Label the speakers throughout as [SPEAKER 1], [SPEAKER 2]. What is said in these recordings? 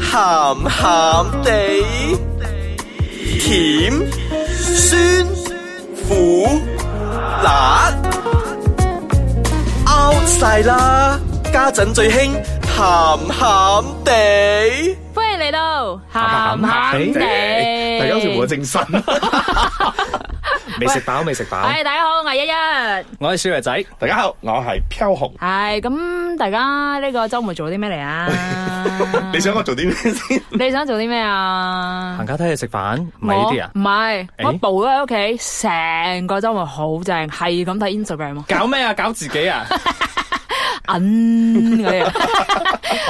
[SPEAKER 1] 鹹鹹地，甜酸苦辣 out 晒啦！家陣最興鹹鹹地。
[SPEAKER 2] 歡迎嚟到
[SPEAKER 3] 啊
[SPEAKER 2] 鹹
[SPEAKER 4] 鹹
[SPEAKER 2] 鹹
[SPEAKER 4] 地
[SPEAKER 2] 地，
[SPEAKER 4] 哎大家好似冇咗精 神，未食飽，未食飽。
[SPEAKER 2] 係大家好，我係一一。
[SPEAKER 3] 哎我係小爺仔，
[SPEAKER 4] 大家好，我係飄紅。？
[SPEAKER 2] 係咁，大家呢個周末做啲咩嚟 啊
[SPEAKER 4] 你想我做啲咩先？
[SPEAKER 2] 你想做啲咩啊？
[SPEAKER 3] 行街睇嘢食飯，唔
[SPEAKER 2] 我
[SPEAKER 3] 係呢啲啊？
[SPEAKER 2] 唔係，
[SPEAKER 3] 誒
[SPEAKER 2] 我部都喺屋企，成個周末好正，係咁睇 Instagram 啊，
[SPEAKER 3] 搞咩啊？搞自 己啊？
[SPEAKER 2] 銀嗰啲啊。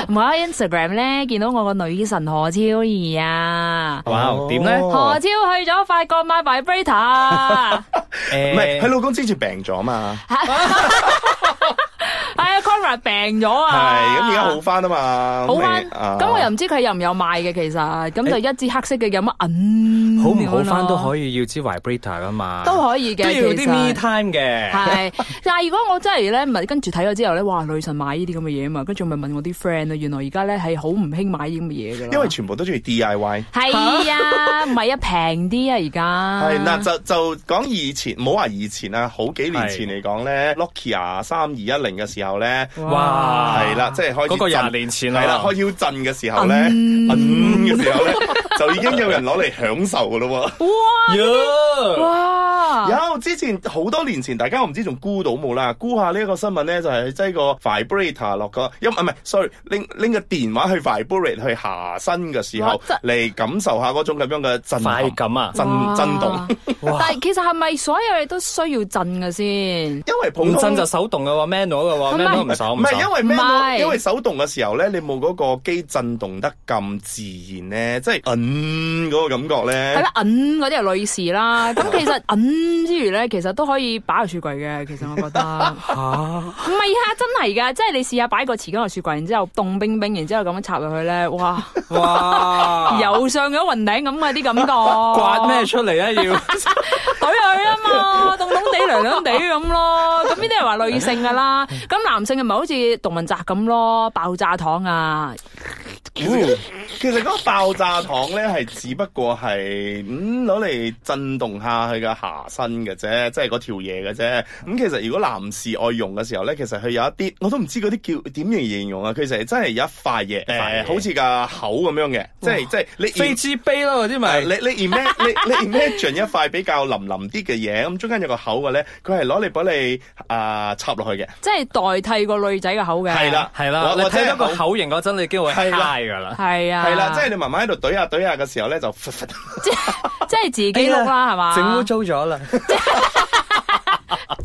[SPEAKER 2] 唔係喺 Instagram 咧，見到我個女神何超儀啊，
[SPEAKER 3] 哇
[SPEAKER 4] 哦，
[SPEAKER 3] 點咧？
[SPEAKER 2] 何超去咗法國買 vibrator。
[SPEAKER 4] 唔
[SPEAKER 3] 誒
[SPEAKER 4] 係，佢老公之前病咗嘛，係
[SPEAKER 2] 係啊 c o r a 病咗啊，
[SPEAKER 4] 咁而家好。翻啊嘛。
[SPEAKER 2] 好翻，
[SPEAKER 4] 咪啊
[SPEAKER 2] 咁我又唔知佢有唔有賣嘅，其實咁就一支黑色嘅嗯有乜銀，
[SPEAKER 3] 好唔好翻都
[SPEAKER 2] 以，
[SPEAKER 3] 可以要支 vibrator 噶嘛？
[SPEAKER 2] 都可以嘅，
[SPEAKER 3] 都要有啲 me
[SPEAKER 2] 其實
[SPEAKER 3] time 嘅。
[SPEAKER 2] 係，但係如果我真係咧，唔係跟住睇咗之後咧，哇！女神買呢啲咁嘅嘢啊嘛，跟住咪問我啲 friend 啊，原來而家咧係好唔興買呢啲咁嘅嘢噶啦。
[SPEAKER 4] 因為全部都中意 D I Y。
[SPEAKER 2] 係 啊，唔係啊，平啲啊而家。
[SPEAKER 4] 係嗱，就就講以前，唔好話以前啊，好幾年前嚟講咧，Nokia 三二一零嘅時候咧，
[SPEAKER 3] 哇
[SPEAKER 4] 係啦，即係開始
[SPEAKER 3] 嗰個廿
[SPEAKER 4] 震
[SPEAKER 3] 年前啦
[SPEAKER 4] 係啦，開腰震嘅時候咧，嗯嘅時候咧， 就已經有人攞嚟享受噶咯喎。
[SPEAKER 2] 哇
[SPEAKER 3] 喲
[SPEAKER 2] 哇，
[SPEAKER 4] 有之前好多年前，大家我唔知仲估到冇啦，估下呢一個新聞咧，就係擠個 vibrator 落個，因唔係 sorry，拎拎個電話去 vibrate 去下身嘅時候
[SPEAKER 2] 哇真，
[SPEAKER 4] 嚟感受下嗰種咁樣嘅震撼
[SPEAKER 3] 快感啊！
[SPEAKER 4] 震
[SPEAKER 2] 哇
[SPEAKER 4] 震動，
[SPEAKER 3] 哇
[SPEAKER 2] 但係其實係咪所有嘢都需要震嘅先？
[SPEAKER 4] 因為普
[SPEAKER 3] 唔震
[SPEAKER 4] 通
[SPEAKER 3] 就手動嘅喎，manual 嘅
[SPEAKER 2] 唔
[SPEAKER 3] 喎
[SPEAKER 2] 係
[SPEAKER 3] ，manual 唔爽
[SPEAKER 4] 唔係因
[SPEAKER 3] 為
[SPEAKER 4] 為
[SPEAKER 2] 唔
[SPEAKER 4] 咩
[SPEAKER 2] 係？
[SPEAKER 4] 因為手動嘅時候咧，你冇嗰個機震動得咁自然咧，即係嗯嗰個感覺
[SPEAKER 2] 係
[SPEAKER 4] 咧
[SPEAKER 2] 啦，。銀嗰啲係女士啦。咁其實嗯銀之餘咧，其實都可以擺喺雪櫃嘅。其實我覺得唔
[SPEAKER 3] 嚇
[SPEAKER 2] 係啊，真係噶，即係你試下擺個匙羹落雪櫃，然之後凍冰冰，然之後咁樣插入去咧，哇，
[SPEAKER 3] 哇！
[SPEAKER 2] 游上咗雲頂咁嗰啊啲感覺。
[SPEAKER 3] 啊刮咩？出嚟咧？要
[SPEAKER 2] 懟佢啊嘛，凍凍地、涼涼地咁咯。咁呢啲係話女性噶啦，咁男性係咪好似杜汶澤咁咯？爆炸糖啊，
[SPEAKER 4] 其
[SPEAKER 3] 嗯
[SPEAKER 4] 實其實嗰個爆炸糖咧係只不過係嗯攞嚟震動下佢嘅下身嘅啫，即係嗰條嘢嘅啫。咁、其實如果男士愛用嘅時候咧，其實佢有一啲我都唔知嗰啲叫點樣形容啊。佢其實真係有一塊嘢，誒、
[SPEAKER 3] 塊嘢
[SPEAKER 4] 好似個口咁樣嘅，即係即係你
[SPEAKER 3] 嗯飛機杯咯，嗰啲咪
[SPEAKER 4] 你你 imagine 你你 imagine 一塊比較腍腍啲嘅嘢，咁中間有個口嘅咧，佢係攞嚟俾你啊插落去嘅，
[SPEAKER 2] 即係代替個女仔嘅口嘅。
[SPEAKER 4] 係啦，
[SPEAKER 3] 係啦。
[SPEAKER 4] 我
[SPEAKER 3] 你
[SPEAKER 4] 我真
[SPEAKER 3] 睇
[SPEAKER 4] 係
[SPEAKER 3] 到個
[SPEAKER 4] 好
[SPEAKER 3] 口型嗰陣，你已經會
[SPEAKER 4] 係
[SPEAKER 3] high
[SPEAKER 4] 啦
[SPEAKER 3] 㗎啦。
[SPEAKER 2] 係啊，
[SPEAKER 4] 係啦，即係你慢慢喺度懟下懟下嘅時候咧，就
[SPEAKER 2] 即即係自己碌啦，係嘛？
[SPEAKER 3] 哎整污糟咗啦，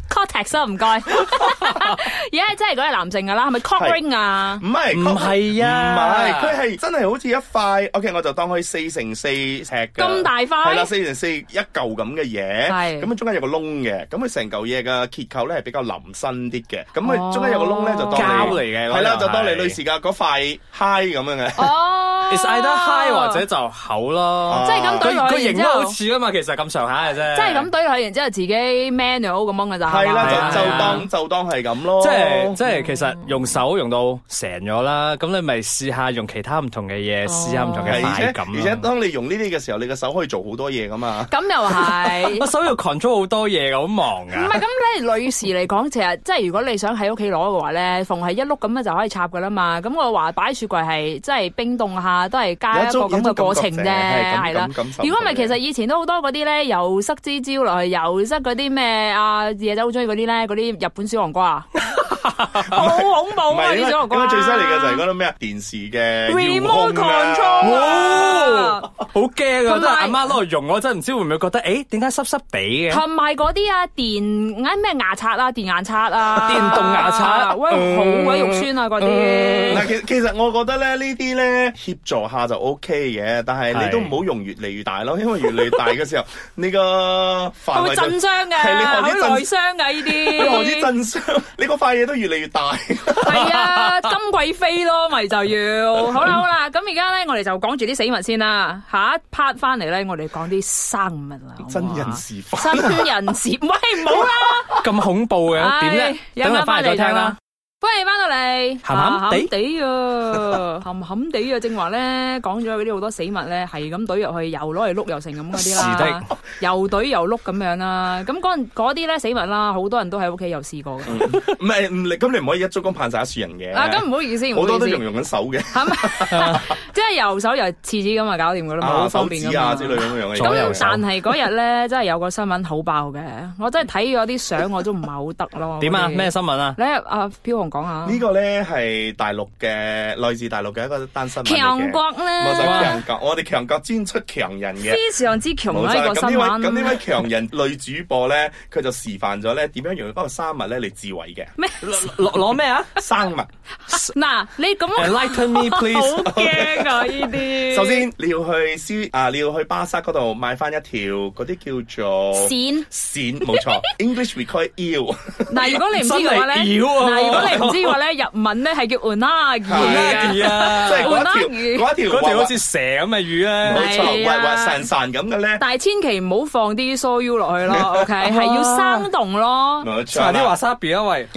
[SPEAKER 2] Cortex 啊，唔 該。而家真係嗰係男性噶啦，係咪 cock
[SPEAKER 4] 係
[SPEAKER 2] ring 啊？
[SPEAKER 4] 唔係
[SPEAKER 3] 唔係
[SPEAKER 4] 唔
[SPEAKER 3] 啊
[SPEAKER 4] 係，佢係真係好似一塊，OK，我就當佢四乘四尺嘅
[SPEAKER 2] 咁大塊
[SPEAKER 4] 係啦，四乘四一嚿咁嘅嘢，
[SPEAKER 2] 係
[SPEAKER 4] 咁啊中間有個窿嘅，咁佢成嚿嘢嘅結構咧係比較腍身啲嘅，咁
[SPEAKER 2] 哦
[SPEAKER 4] 佢中間有個窿咧就當
[SPEAKER 3] 膠
[SPEAKER 4] 你
[SPEAKER 3] 嚟嘅嗰
[SPEAKER 4] 係啦，
[SPEAKER 3] 個
[SPEAKER 4] 就當你
[SPEAKER 3] 係
[SPEAKER 4] 女士嘅嗰塊 high 咁樣嘅。
[SPEAKER 2] 哦
[SPEAKER 3] i s either high 或者就口咯
[SPEAKER 4] 啊。
[SPEAKER 2] 即係咁
[SPEAKER 3] 佢
[SPEAKER 2] 懟落
[SPEAKER 3] 佢
[SPEAKER 2] 去，
[SPEAKER 3] 型
[SPEAKER 2] 然
[SPEAKER 3] 都
[SPEAKER 2] 之
[SPEAKER 3] 好
[SPEAKER 2] 後
[SPEAKER 3] 似噶嘛，其實咁上下嘅啫。
[SPEAKER 2] 即係咁懟落去，然之後自己 manual 咁樣嘅咋？
[SPEAKER 4] 係
[SPEAKER 3] 係啊
[SPEAKER 4] 啦，就
[SPEAKER 3] 係
[SPEAKER 4] 就
[SPEAKER 3] 啊
[SPEAKER 4] 當就當係咁咯。
[SPEAKER 3] 即係即係，其實用手用到成咗啦，咁你咪試下用其他唔同嘅嘢，試下唔同
[SPEAKER 4] 係
[SPEAKER 3] 嘅
[SPEAKER 4] 而且
[SPEAKER 3] 快感啊
[SPEAKER 4] 而且
[SPEAKER 3] 咯。
[SPEAKER 4] 當你用呢啲嘅時候，你嘅手可以做好多嘢噶嘛。
[SPEAKER 2] 咁又係
[SPEAKER 3] 我。手要 control 好多嘢㗎，好忙
[SPEAKER 2] 唔
[SPEAKER 3] 噶
[SPEAKER 2] 係。咁咧，女士嚟講，其實即係如果你想喺屋企攞嘅話咧，逢係一碌咁樣就可以插噶啦嘛。咁我話擺雪櫃係即係冰凍下，都係加一個咁嘅過程啫，係啦。如果唔係，其實以前都好多嗰啲咧，又塞支蕉落去，又塞嗰啲咩啊野仔好中意嗰啲咧，嗰啲日本小黃瓜 啊，好恐怖
[SPEAKER 4] 唔
[SPEAKER 2] 啊！
[SPEAKER 4] 係，因
[SPEAKER 2] 啲
[SPEAKER 4] 為
[SPEAKER 2] 小黃
[SPEAKER 4] 因
[SPEAKER 2] 瓜
[SPEAKER 4] 為最犀利嘅就係嗰種咩啊，電視嘅
[SPEAKER 2] remote
[SPEAKER 4] 遙控啊
[SPEAKER 2] control 啊
[SPEAKER 3] 哦，好驚啊！
[SPEAKER 2] 同埋
[SPEAKER 3] 真係阿媽攞嚟用，我真係唔知會唔會覺得，誒點解濕濕地嘅？
[SPEAKER 2] 同埋嗰啲啊電眼咩牙刷啊，電眼刷啊，
[SPEAKER 3] 電動牙刷嗯
[SPEAKER 2] 喂好鬼肉酸啊嗰啲，
[SPEAKER 4] 嗱，其其實我覺得咧，呢啲咧協助下就 O K 嘅，但係
[SPEAKER 3] 係
[SPEAKER 4] 你都唔好用越嚟越大咯，因為越嚟越大嘅 時候，你個
[SPEAKER 2] 佢
[SPEAKER 4] 範
[SPEAKER 2] 會
[SPEAKER 4] 圍就
[SPEAKER 2] 震傷嘅，
[SPEAKER 4] 係你何
[SPEAKER 2] 佢
[SPEAKER 4] 止
[SPEAKER 2] 內
[SPEAKER 4] 震
[SPEAKER 2] 傷嘅呢
[SPEAKER 4] 你何止
[SPEAKER 2] 啲，
[SPEAKER 4] 震 傷，你嗰塊嘢都越嚟越大。
[SPEAKER 2] 係啊金貴妃咯，咪就要好啦好啦，咁而家咧我哋就講住啲死物先啦，下一 part 翻嚟咧我哋講啲生物啦，好唔好啊
[SPEAKER 4] 真人示範。
[SPEAKER 2] 真人事，喂唔好啦，
[SPEAKER 3] 咁恐怖嘅，點
[SPEAKER 2] 唉
[SPEAKER 3] 咧？等我翻嚟再聽啦。
[SPEAKER 2] 欢迎翻到嚟，
[SPEAKER 3] 鹹鹹
[SPEAKER 2] 地啊，鹹鹹地啊，正話咧講咗嗰啲好多死物咧，係咁懟入去，又攞嚟碌又成咁嗰啲啦
[SPEAKER 3] 是，
[SPEAKER 2] 又懟又碌咁樣啦。咁嗰陣嗰啲咧死物啦，好多人都喺屋企有試過嘅。
[SPEAKER 4] 唔係唔你咁你唔可以一足咁盼晒一樹人嘅。
[SPEAKER 2] 啊，咁唔好意思，唔
[SPEAKER 4] 好
[SPEAKER 2] 好
[SPEAKER 4] 多
[SPEAKER 2] 意
[SPEAKER 4] 都
[SPEAKER 2] 思
[SPEAKER 4] 用，用緊手嘅，
[SPEAKER 2] 係咪即係右手又係廁紙咁啊，搞掂噶啦嘛，
[SPEAKER 4] 啊
[SPEAKER 2] 好
[SPEAKER 4] 手
[SPEAKER 2] 方便
[SPEAKER 4] 指
[SPEAKER 2] 噶嘛
[SPEAKER 4] 啊。之類咁樣嘅。
[SPEAKER 3] 左右
[SPEAKER 2] 咁
[SPEAKER 3] 手
[SPEAKER 2] 但係嗰日咧，真係有個新聞好爆嘅，我真係睇咗啲相我都唔係好得咯。
[SPEAKER 3] 點啊？
[SPEAKER 2] 嗰啲
[SPEAKER 3] 咩？新聞啊？
[SPEAKER 2] 咧阿飄紅講下
[SPEAKER 4] 呢個咧係大陸嘅，來自大陸嘅一個單新聞嚟
[SPEAKER 2] 強
[SPEAKER 4] 嘅。
[SPEAKER 2] 國啊咧。
[SPEAKER 4] 冇錯，強國，我哋強國專出強人嘅。
[SPEAKER 2] 非常之窮
[SPEAKER 4] 冇
[SPEAKER 2] 啦呢
[SPEAKER 4] 錯，
[SPEAKER 2] 個
[SPEAKER 4] 咁
[SPEAKER 2] 新
[SPEAKER 4] 呢位咁呢
[SPEAKER 2] 聞。
[SPEAKER 4] 位強人女主播咧，佢就示範咗咧點樣用嗰個生物咧嚟自毀 嘅
[SPEAKER 2] 咩？
[SPEAKER 3] 攞攞咩啊
[SPEAKER 4] 生物。
[SPEAKER 2] 嗯嗱，你咁我
[SPEAKER 3] ？Enlighten me
[SPEAKER 2] 好
[SPEAKER 3] please。
[SPEAKER 2] 驚啊！呢啲
[SPEAKER 4] 首先你要去斯啊，你要去巴沙嗰度買翻一條嗰啲叫做
[SPEAKER 2] 線
[SPEAKER 4] 線，冇 錯，English we call it eel。
[SPEAKER 2] 嗱，如果你唔知嘅話
[SPEAKER 3] 真係
[SPEAKER 2] 咧，
[SPEAKER 3] 妖啊
[SPEAKER 2] 嗱，如果你唔知嘅話咧，日文咧係叫 unagi 嘅。
[SPEAKER 3] 係啊
[SPEAKER 4] 即係嗰條
[SPEAKER 2] 鰻魚
[SPEAKER 4] 嗰條
[SPEAKER 3] 嗰條好
[SPEAKER 4] 滑
[SPEAKER 3] 似蛇咁嘅魚
[SPEAKER 4] 冇
[SPEAKER 3] 咧，
[SPEAKER 4] 錯，
[SPEAKER 2] 係啊
[SPEAKER 4] 滑滑潺潺咁嘅咧，
[SPEAKER 2] 但係千祈唔好放啲酥 U 落去 咯，OK，係要生動咯。
[SPEAKER 4] 冇錯
[SPEAKER 3] 搽啲
[SPEAKER 4] 啦。
[SPEAKER 3] wasabi 啊喂，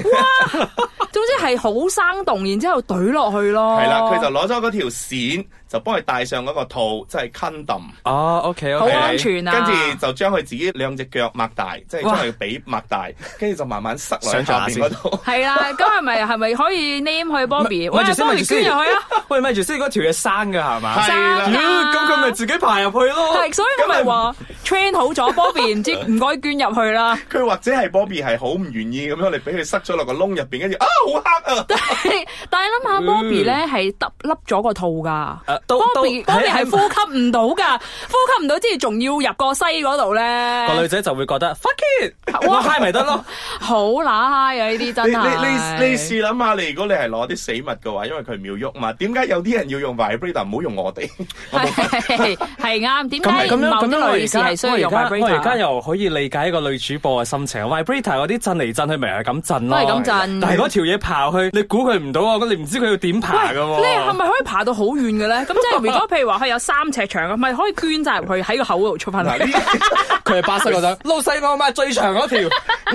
[SPEAKER 2] 總之係好生動，然之後懟落去咯。
[SPEAKER 4] 係啦，佢就攞咗嗰條線，就幫佢戴上嗰個套，即係 condom。
[SPEAKER 3] 哦，OK OK，
[SPEAKER 2] 好安全啊
[SPEAKER 4] 跟住就將佢自己兩隻腳擘大，即係將佢髀擘大，跟住就慢慢塞落去
[SPEAKER 3] 想
[SPEAKER 4] 下
[SPEAKER 3] 像下
[SPEAKER 4] 邊
[SPEAKER 3] 先
[SPEAKER 4] 嗰度。
[SPEAKER 2] 係啦，咁係咪係咪可以 name 去 Bobby？喂
[SPEAKER 3] 咪住先，咪住
[SPEAKER 2] ，Bobby
[SPEAKER 3] 先
[SPEAKER 2] 捐入去啊！
[SPEAKER 3] 喂，咪住先，嗰條嘢生嘅係嘛？
[SPEAKER 4] 係啦
[SPEAKER 2] 生
[SPEAKER 3] 妖
[SPEAKER 2] 啊
[SPEAKER 3] 咁佢咪自己爬入去咯？
[SPEAKER 2] 係，所以我咪話 train 好咗，Bobby 唔 知唔該捐入去啦。
[SPEAKER 4] 佢或者係 Bobby 係好唔願意咁樣，你俾佢塞咗落個窿入邊，跟住啊好黑啊！
[SPEAKER 2] 但係諗下
[SPEAKER 3] 嗯
[SPEAKER 2] Bobby 咧係耷笠咗個肚㗎。
[SPEAKER 3] 誒都都
[SPEAKER 2] Bobby Bobby 係
[SPEAKER 3] 喺
[SPEAKER 2] 呼吸唔到㗎，呼吸唔到之前仲要入個西嗰度
[SPEAKER 3] 個女
[SPEAKER 2] 咧，
[SPEAKER 3] 仔就會覺得 fuck it，我 high 咪得咯。
[SPEAKER 2] 好乸嗨啊！呢啲真
[SPEAKER 4] 你你你 你
[SPEAKER 2] 係。
[SPEAKER 4] 試諗下，你如果你係攞啲死物嘅話，因為佢唔要喐嘛，點解有啲人要用 vibrator 唔好用我哋？
[SPEAKER 2] 係係啱，點
[SPEAKER 3] 咁
[SPEAKER 2] 解
[SPEAKER 3] 咁樣
[SPEAKER 2] 某
[SPEAKER 3] 咁樣，我
[SPEAKER 2] 啲
[SPEAKER 3] 而
[SPEAKER 2] 女士
[SPEAKER 3] 家
[SPEAKER 2] 係需要用
[SPEAKER 3] 我而家我而家
[SPEAKER 2] vibrator？
[SPEAKER 3] 又可以理解一個女主播嘅心情。vibrator 嗰啲震嚟震去，咪係咁震咯，
[SPEAKER 2] 都係咁震
[SPEAKER 3] 但係嗰條嘢爬去，你估佢唔到啊！咁你唔知佢要點爬㗎
[SPEAKER 2] 你係
[SPEAKER 3] 喎。
[SPEAKER 2] 咪可以爬到好遠嘅咧？咁即係如 果譬如話佢有三尺長嘅，咪可以捐晒入去喺個口嗰度出 翻
[SPEAKER 4] 嗱
[SPEAKER 2] 嚟。
[SPEAKER 4] 呢
[SPEAKER 3] 佢係八十個仔，老細我買最長嗰條，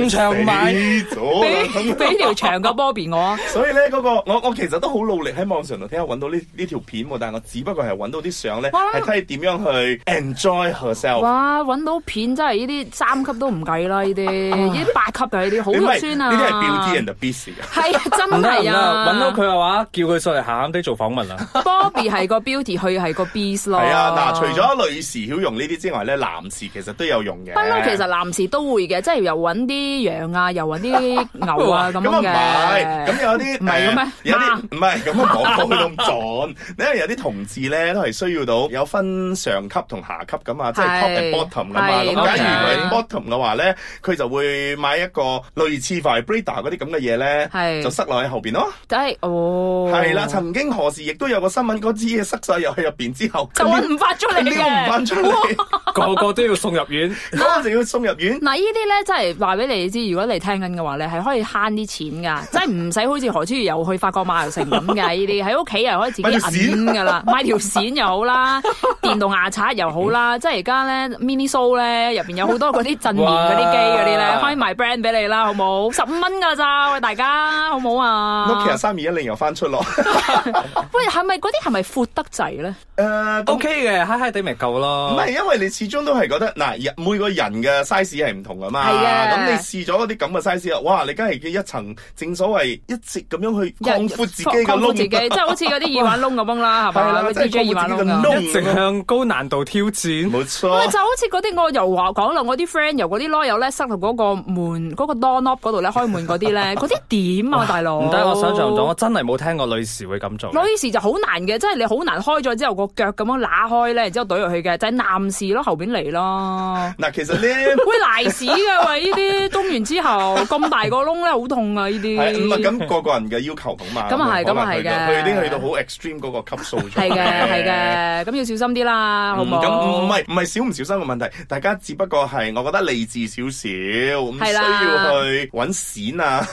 [SPEAKER 3] 唔長買。
[SPEAKER 4] 死咗
[SPEAKER 2] 俾
[SPEAKER 4] 啦！
[SPEAKER 2] 俾條長個 Bobby 我啊，
[SPEAKER 4] 所以咧嗰個我我其實都好努力喺網上度睇下揾到呢呢條片喎，但係我只不過係揾到啲相咧，
[SPEAKER 2] 哇
[SPEAKER 4] 係睇點樣去 enjoy herself。
[SPEAKER 2] 哇！揾到片真係呢啲三級都唔計啦，呢啲呢啲八級就係呢啲好
[SPEAKER 4] 啊你
[SPEAKER 2] 肉
[SPEAKER 4] 咪
[SPEAKER 2] 酸啊！
[SPEAKER 4] 呢啲係 beauty and the beast 嚟嘅。
[SPEAKER 2] 係啊，真
[SPEAKER 3] 唔得唔
[SPEAKER 2] 係
[SPEAKER 3] 得，
[SPEAKER 2] 啊！
[SPEAKER 3] 揾到佢嘅話，叫佢上嚟鹹鹹地做訪問啦。
[SPEAKER 2] Bobby 係個 beauty，佢係個 beast 咯。
[SPEAKER 4] 係啊，嗱，除咗女士曉用呢啲之外咧，男士其實都有用嘅。
[SPEAKER 2] 不嬲，其實男士都會嘅，即係又揾啲羊啊，又揾啲 牛啊咁
[SPEAKER 4] 咁
[SPEAKER 2] 樣
[SPEAKER 4] 啊唔係，
[SPEAKER 2] 嘅。
[SPEAKER 4] 咁有啲
[SPEAKER 2] 唔係嘅咩
[SPEAKER 4] 誒有啲
[SPEAKER 2] 啊
[SPEAKER 4] 唔係咁啊冇冇咁準， 因為有啲同志咧都係需要到有分上級同下級噶嘛，即係
[SPEAKER 2] 係
[SPEAKER 4] top and bottom 噶嘛。
[SPEAKER 2] 係
[SPEAKER 4] 咁假如佢係
[SPEAKER 2] OK
[SPEAKER 4] bottom 嘅話咧，佢就會買一個類似 vibrator 嗰啲咁嘅嘢咧，
[SPEAKER 2] 係
[SPEAKER 4] 就塞落喺後邊咯。
[SPEAKER 2] 即係哦，
[SPEAKER 4] 係啦，曾經何時亦都有個新聞，嗰支嘢塞晒入去入邊之後，
[SPEAKER 2] 就揾唔翻出嚟
[SPEAKER 4] 佢撩唔
[SPEAKER 2] 嘅。
[SPEAKER 4] 翻出嚟，
[SPEAKER 3] 個個都要送入院。
[SPEAKER 4] 嗰陣時要送入院。
[SPEAKER 2] 嗱，呢啲咧真係話俾你知，如果你聽緊嘅話咧，係可以慳啲錢㗎， 即係唔使好似何超儀又去法國馬來城咁嘅。呢啲喺屋企又可以自
[SPEAKER 4] 買條
[SPEAKER 2] 己
[SPEAKER 4] 線
[SPEAKER 2] 銀㗎啦，買條線又好 啦，電動牙刷又好啦，即係而家咧 mini show 咧入邊有好多嗰啲震面嗰啲機嗰啲咧，
[SPEAKER 3] 哇
[SPEAKER 2] 可以賣 brand 俾你啦，好冇？十五蚊㗎咋，喂大家好冇啊？
[SPEAKER 4] Nokia 三二一零又翻 出咯。
[SPEAKER 2] 喂，係咪嗰啲係咪闊得滯咧？
[SPEAKER 4] 誒
[SPEAKER 3] O K 嘅，嗨嗨地咪夠咯。
[SPEAKER 4] 唔係，因為你始終都係覺得嗱，人每個人嘅 size 係唔同噶嘛。
[SPEAKER 2] 係嘅
[SPEAKER 4] 咁你試咗嗰啲咁嘅 size 啊，哇！你梗係一層，正所謂一直咁樣去擴闊自己嘅
[SPEAKER 2] 擴闊
[SPEAKER 4] 窿。
[SPEAKER 2] 自己，即係好似嗰啲耳環窿咁樣啦，係
[SPEAKER 4] 係啦
[SPEAKER 2] 咪？嗰
[SPEAKER 4] 即係
[SPEAKER 2] 啲 DJ 耳
[SPEAKER 4] 擴闊
[SPEAKER 2] 環
[SPEAKER 4] 自
[SPEAKER 2] 窿
[SPEAKER 4] 己嘅
[SPEAKER 2] 啊
[SPEAKER 4] 窿。
[SPEAKER 3] 一直向高難度挑戰。
[SPEAKER 4] 冇
[SPEAKER 2] 喂，
[SPEAKER 4] 錯
[SPEAKER 2] 就。好似嗰啲我又話講啦，我啲 friend 由嗰啲攞友咧塞落嗰個門嗰、個 door knob 嗰度咧開門嗰 啲咧，嗰啲點啊，大佬？
[SPEAKER 3] 唔得，我想象唔到，我真係冇聽過女士會咁做。
[SPEAKER 2] 女士就好難嘅，即係你好難開咗之後個腳咁樣揦開咧，然之後懟入去嘅，就係、男士咯，後邊嚟咯。
[SPEAKER 4] 嗱，其實咧。
[SPEAKER 2] 會賴屎嘅喂，呢啲中完之後咁大個窿咧，好痛啊！呢
[SPEAKER 4] 係唔係
[SPEAKER 2] 啲
[SPEAKER 4] 咁個個人嘅要求同嘛？
[SPEAKER 2] 咁啊係
[SPEAKER 4] 可能
[SPEAKER 2] 咁啊係
[SPEAKER 4] 去到
[SPEAKER 2] 嘅
[SPEAKER 4] 佢已經去到好 extreme 嗰個級數咗。
[SPEAKER 2] 係嘅係。 嘅，咁要小心啲啦，好
[SPEAKER 4] 嗯
[SPEAKER 2] 唔好？
[SPEAKER 4] 咁唔係唔係小唔小心嘅問題，大家只不過係我覺得理智少少，唔需
[SPEAKER 2] 係啦
[SPEAKER 4] 要去揾閃啊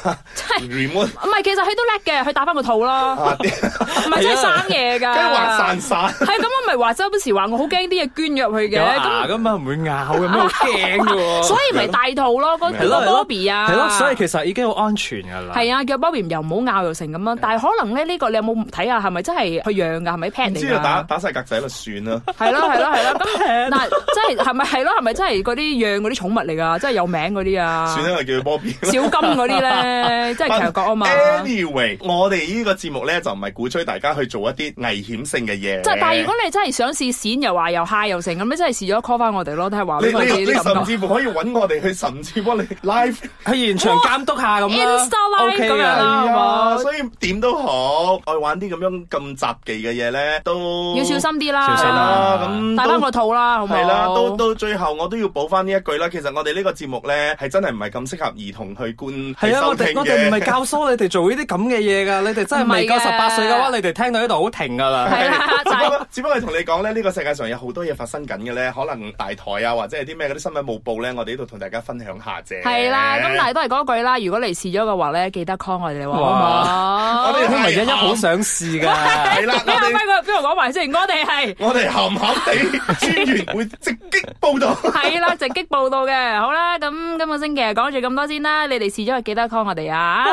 [SPEAKER 4] remote
[SPEAKER 2] 唔係，其實佢都叻嘅，佢打翻個套咯，
[SPEAKER 4] 啊，啲
[SPEAKER 2] 唔係真係生嘢㗎。
[SPEAKER 4] 跟住話散散。
[SPEAKER 2] 係咁，我咪話周不時話我好驚啲嘢捐入去嘅，
[SPEAKER 3] 有牙啊
[SPEAKER 2] 咁
[SPEAKER 3] 噶嘛，唔會咬嘅咩？好驚嘅喎。
[SPEAKER 2] 所以咪大肚咯，嗰嗰
[SPEAKER 4] 係
[SPEAKER 2] 譬如
[SPEAKER 3] 係咯
[SPEAKER 2] 個
[SPEAKER 3] 係咯
[SPEAKER 2] Bobby 啊，
[SPEAKER 3] 系咯，所以其實已經好安全㗎啦。
[SPEAKER 2] 係啊，叫 Bobby 又唔好拗又成咁樣。但係可能咧呢個你有冇睇啊下係咪真係佢養㗎？係咪 pet
[SPEAKER 4] 唔
[SPEAKER 2] 嚟
[SPEAKER 4] 知啊，打
[SPEAKER 2] 㗎？
[SPEAKER 4] 打晒格仔咪算啦。
[SPEAKER 2] 係咯係咯係咯，咁嗱，即係係咪係咯係咪真係嗰啲養嗰啲寵物嚟㗎？即係有名嗰啲啊，
[SPEAKER 4] 算啦，我叫佢 Bobby
[SPEAKER 2] 小
[SPEAKER 4] 啦。
[SPEAKER 2] 金嗰啲 咧，即係強角啊嘛。
[SPEAKER 4] Anyway，我哋呢個節目咧就唔係鼓吹大家去做一啲危險性嘅嘢。
[SPEAKER 2] 即係但係如果你真係想試閃又話又 high 又成咁，你真係試咗 call 翻我哋咯，都係話
[SPEAKER 4] 你
[SPEAKER 2] 俾我
[SPEAKER 4] 你
[SPEAKER 2] 哋
[SPEAKER 4] 你
[SPEAKER 2] 啲
[SPEAKER 4] 甚
[SPEAKER 2] 感覺。
[SPEAKER 4] 至乎可以揾我哋去，甚 至幫你 live
[SPEAKER 3] 喺現場監督下咁啦
[SPEAKER 2] Insta live
[SPEAKER 3] ，OK
[SPEAKER 2] 咁樣
[SPEAKER 3] 㗎
[SPEAKER 2] 啦
[SPEAKER 4] 係
[SPEAKER 2] 好唔好
[SPEAKER 4] 所以點都好，愛玩啲咁樣咁雜技嘅嘢咧，都
[SPEAKER 2] 要小心啲啦，
[SPEAKER 3] 小心啦
[SPEAKER 4] 啊！咁
[SPEAKER 2] 戴
[SPEAKER 4] 都
[SPEAKER 2] 翻個套啦，好唔好？
[SPEAKER 4] 系啦，到到最後我都要補翻呢一句啦。其實我哋呢個節目咧係真係唔係咁適合兒童去觀去
[SPEAKER 3] 係啊，
[SPEAKER 4] 收
[SPEAKER 3] 我
[SPEAKER 4] 聽
[SPEAKER 3] 哋我哋唔係
[SPEAKER 4] 嘅。
[SPEAKER 3] 教唆你哋做呢啲咁嘅嘢㗎，你哋真係未夠
[SPEAKER 2] 唔係啊
[SPEAKER 3] 十
[SPEAKER 2] 嘅
[SPEAKER 3] 八歲嘅話，你哋聽到呢度好停㗎啦。
[SPEAKER 2] 係啦，就
[SPEAKER 4] 只不
[SPEAKER 2] 係
[SPEAKER 4] 過只不過係同你講咧，呢、個世界上有好多嘢發生緊嘅咧，可能大台啊或者係啲咩嗰啲新聞冇報咧，我哋呢度同大家分享下啫。
[SPEAKER 2] 係啦。咁但係都係嗰句啦，如果你試咗嘅話咧，記得 call 我哋話好唔
[SPEAKER 4] 我
[SPEAKER 2] 好？
[SPEAKER 4] 哋
[SPEAKER 3] 我咪一一好想試㗎。
[SPEAKER 4] 係啦，我
[SPEAKER 2] 啱
[SPEAKER 4] 哋
[SPEAKER 2] 啱佢邊度講埋先？我哋係。
[SPEAKER 4] 我哋鹹鹹地專員會直擊報導。
[SPEAKER 2] 係啦，直擊報道嘅，好啦，咁今個星期就講住咁多先啦，你哋試咗就記得 call 我哋啊。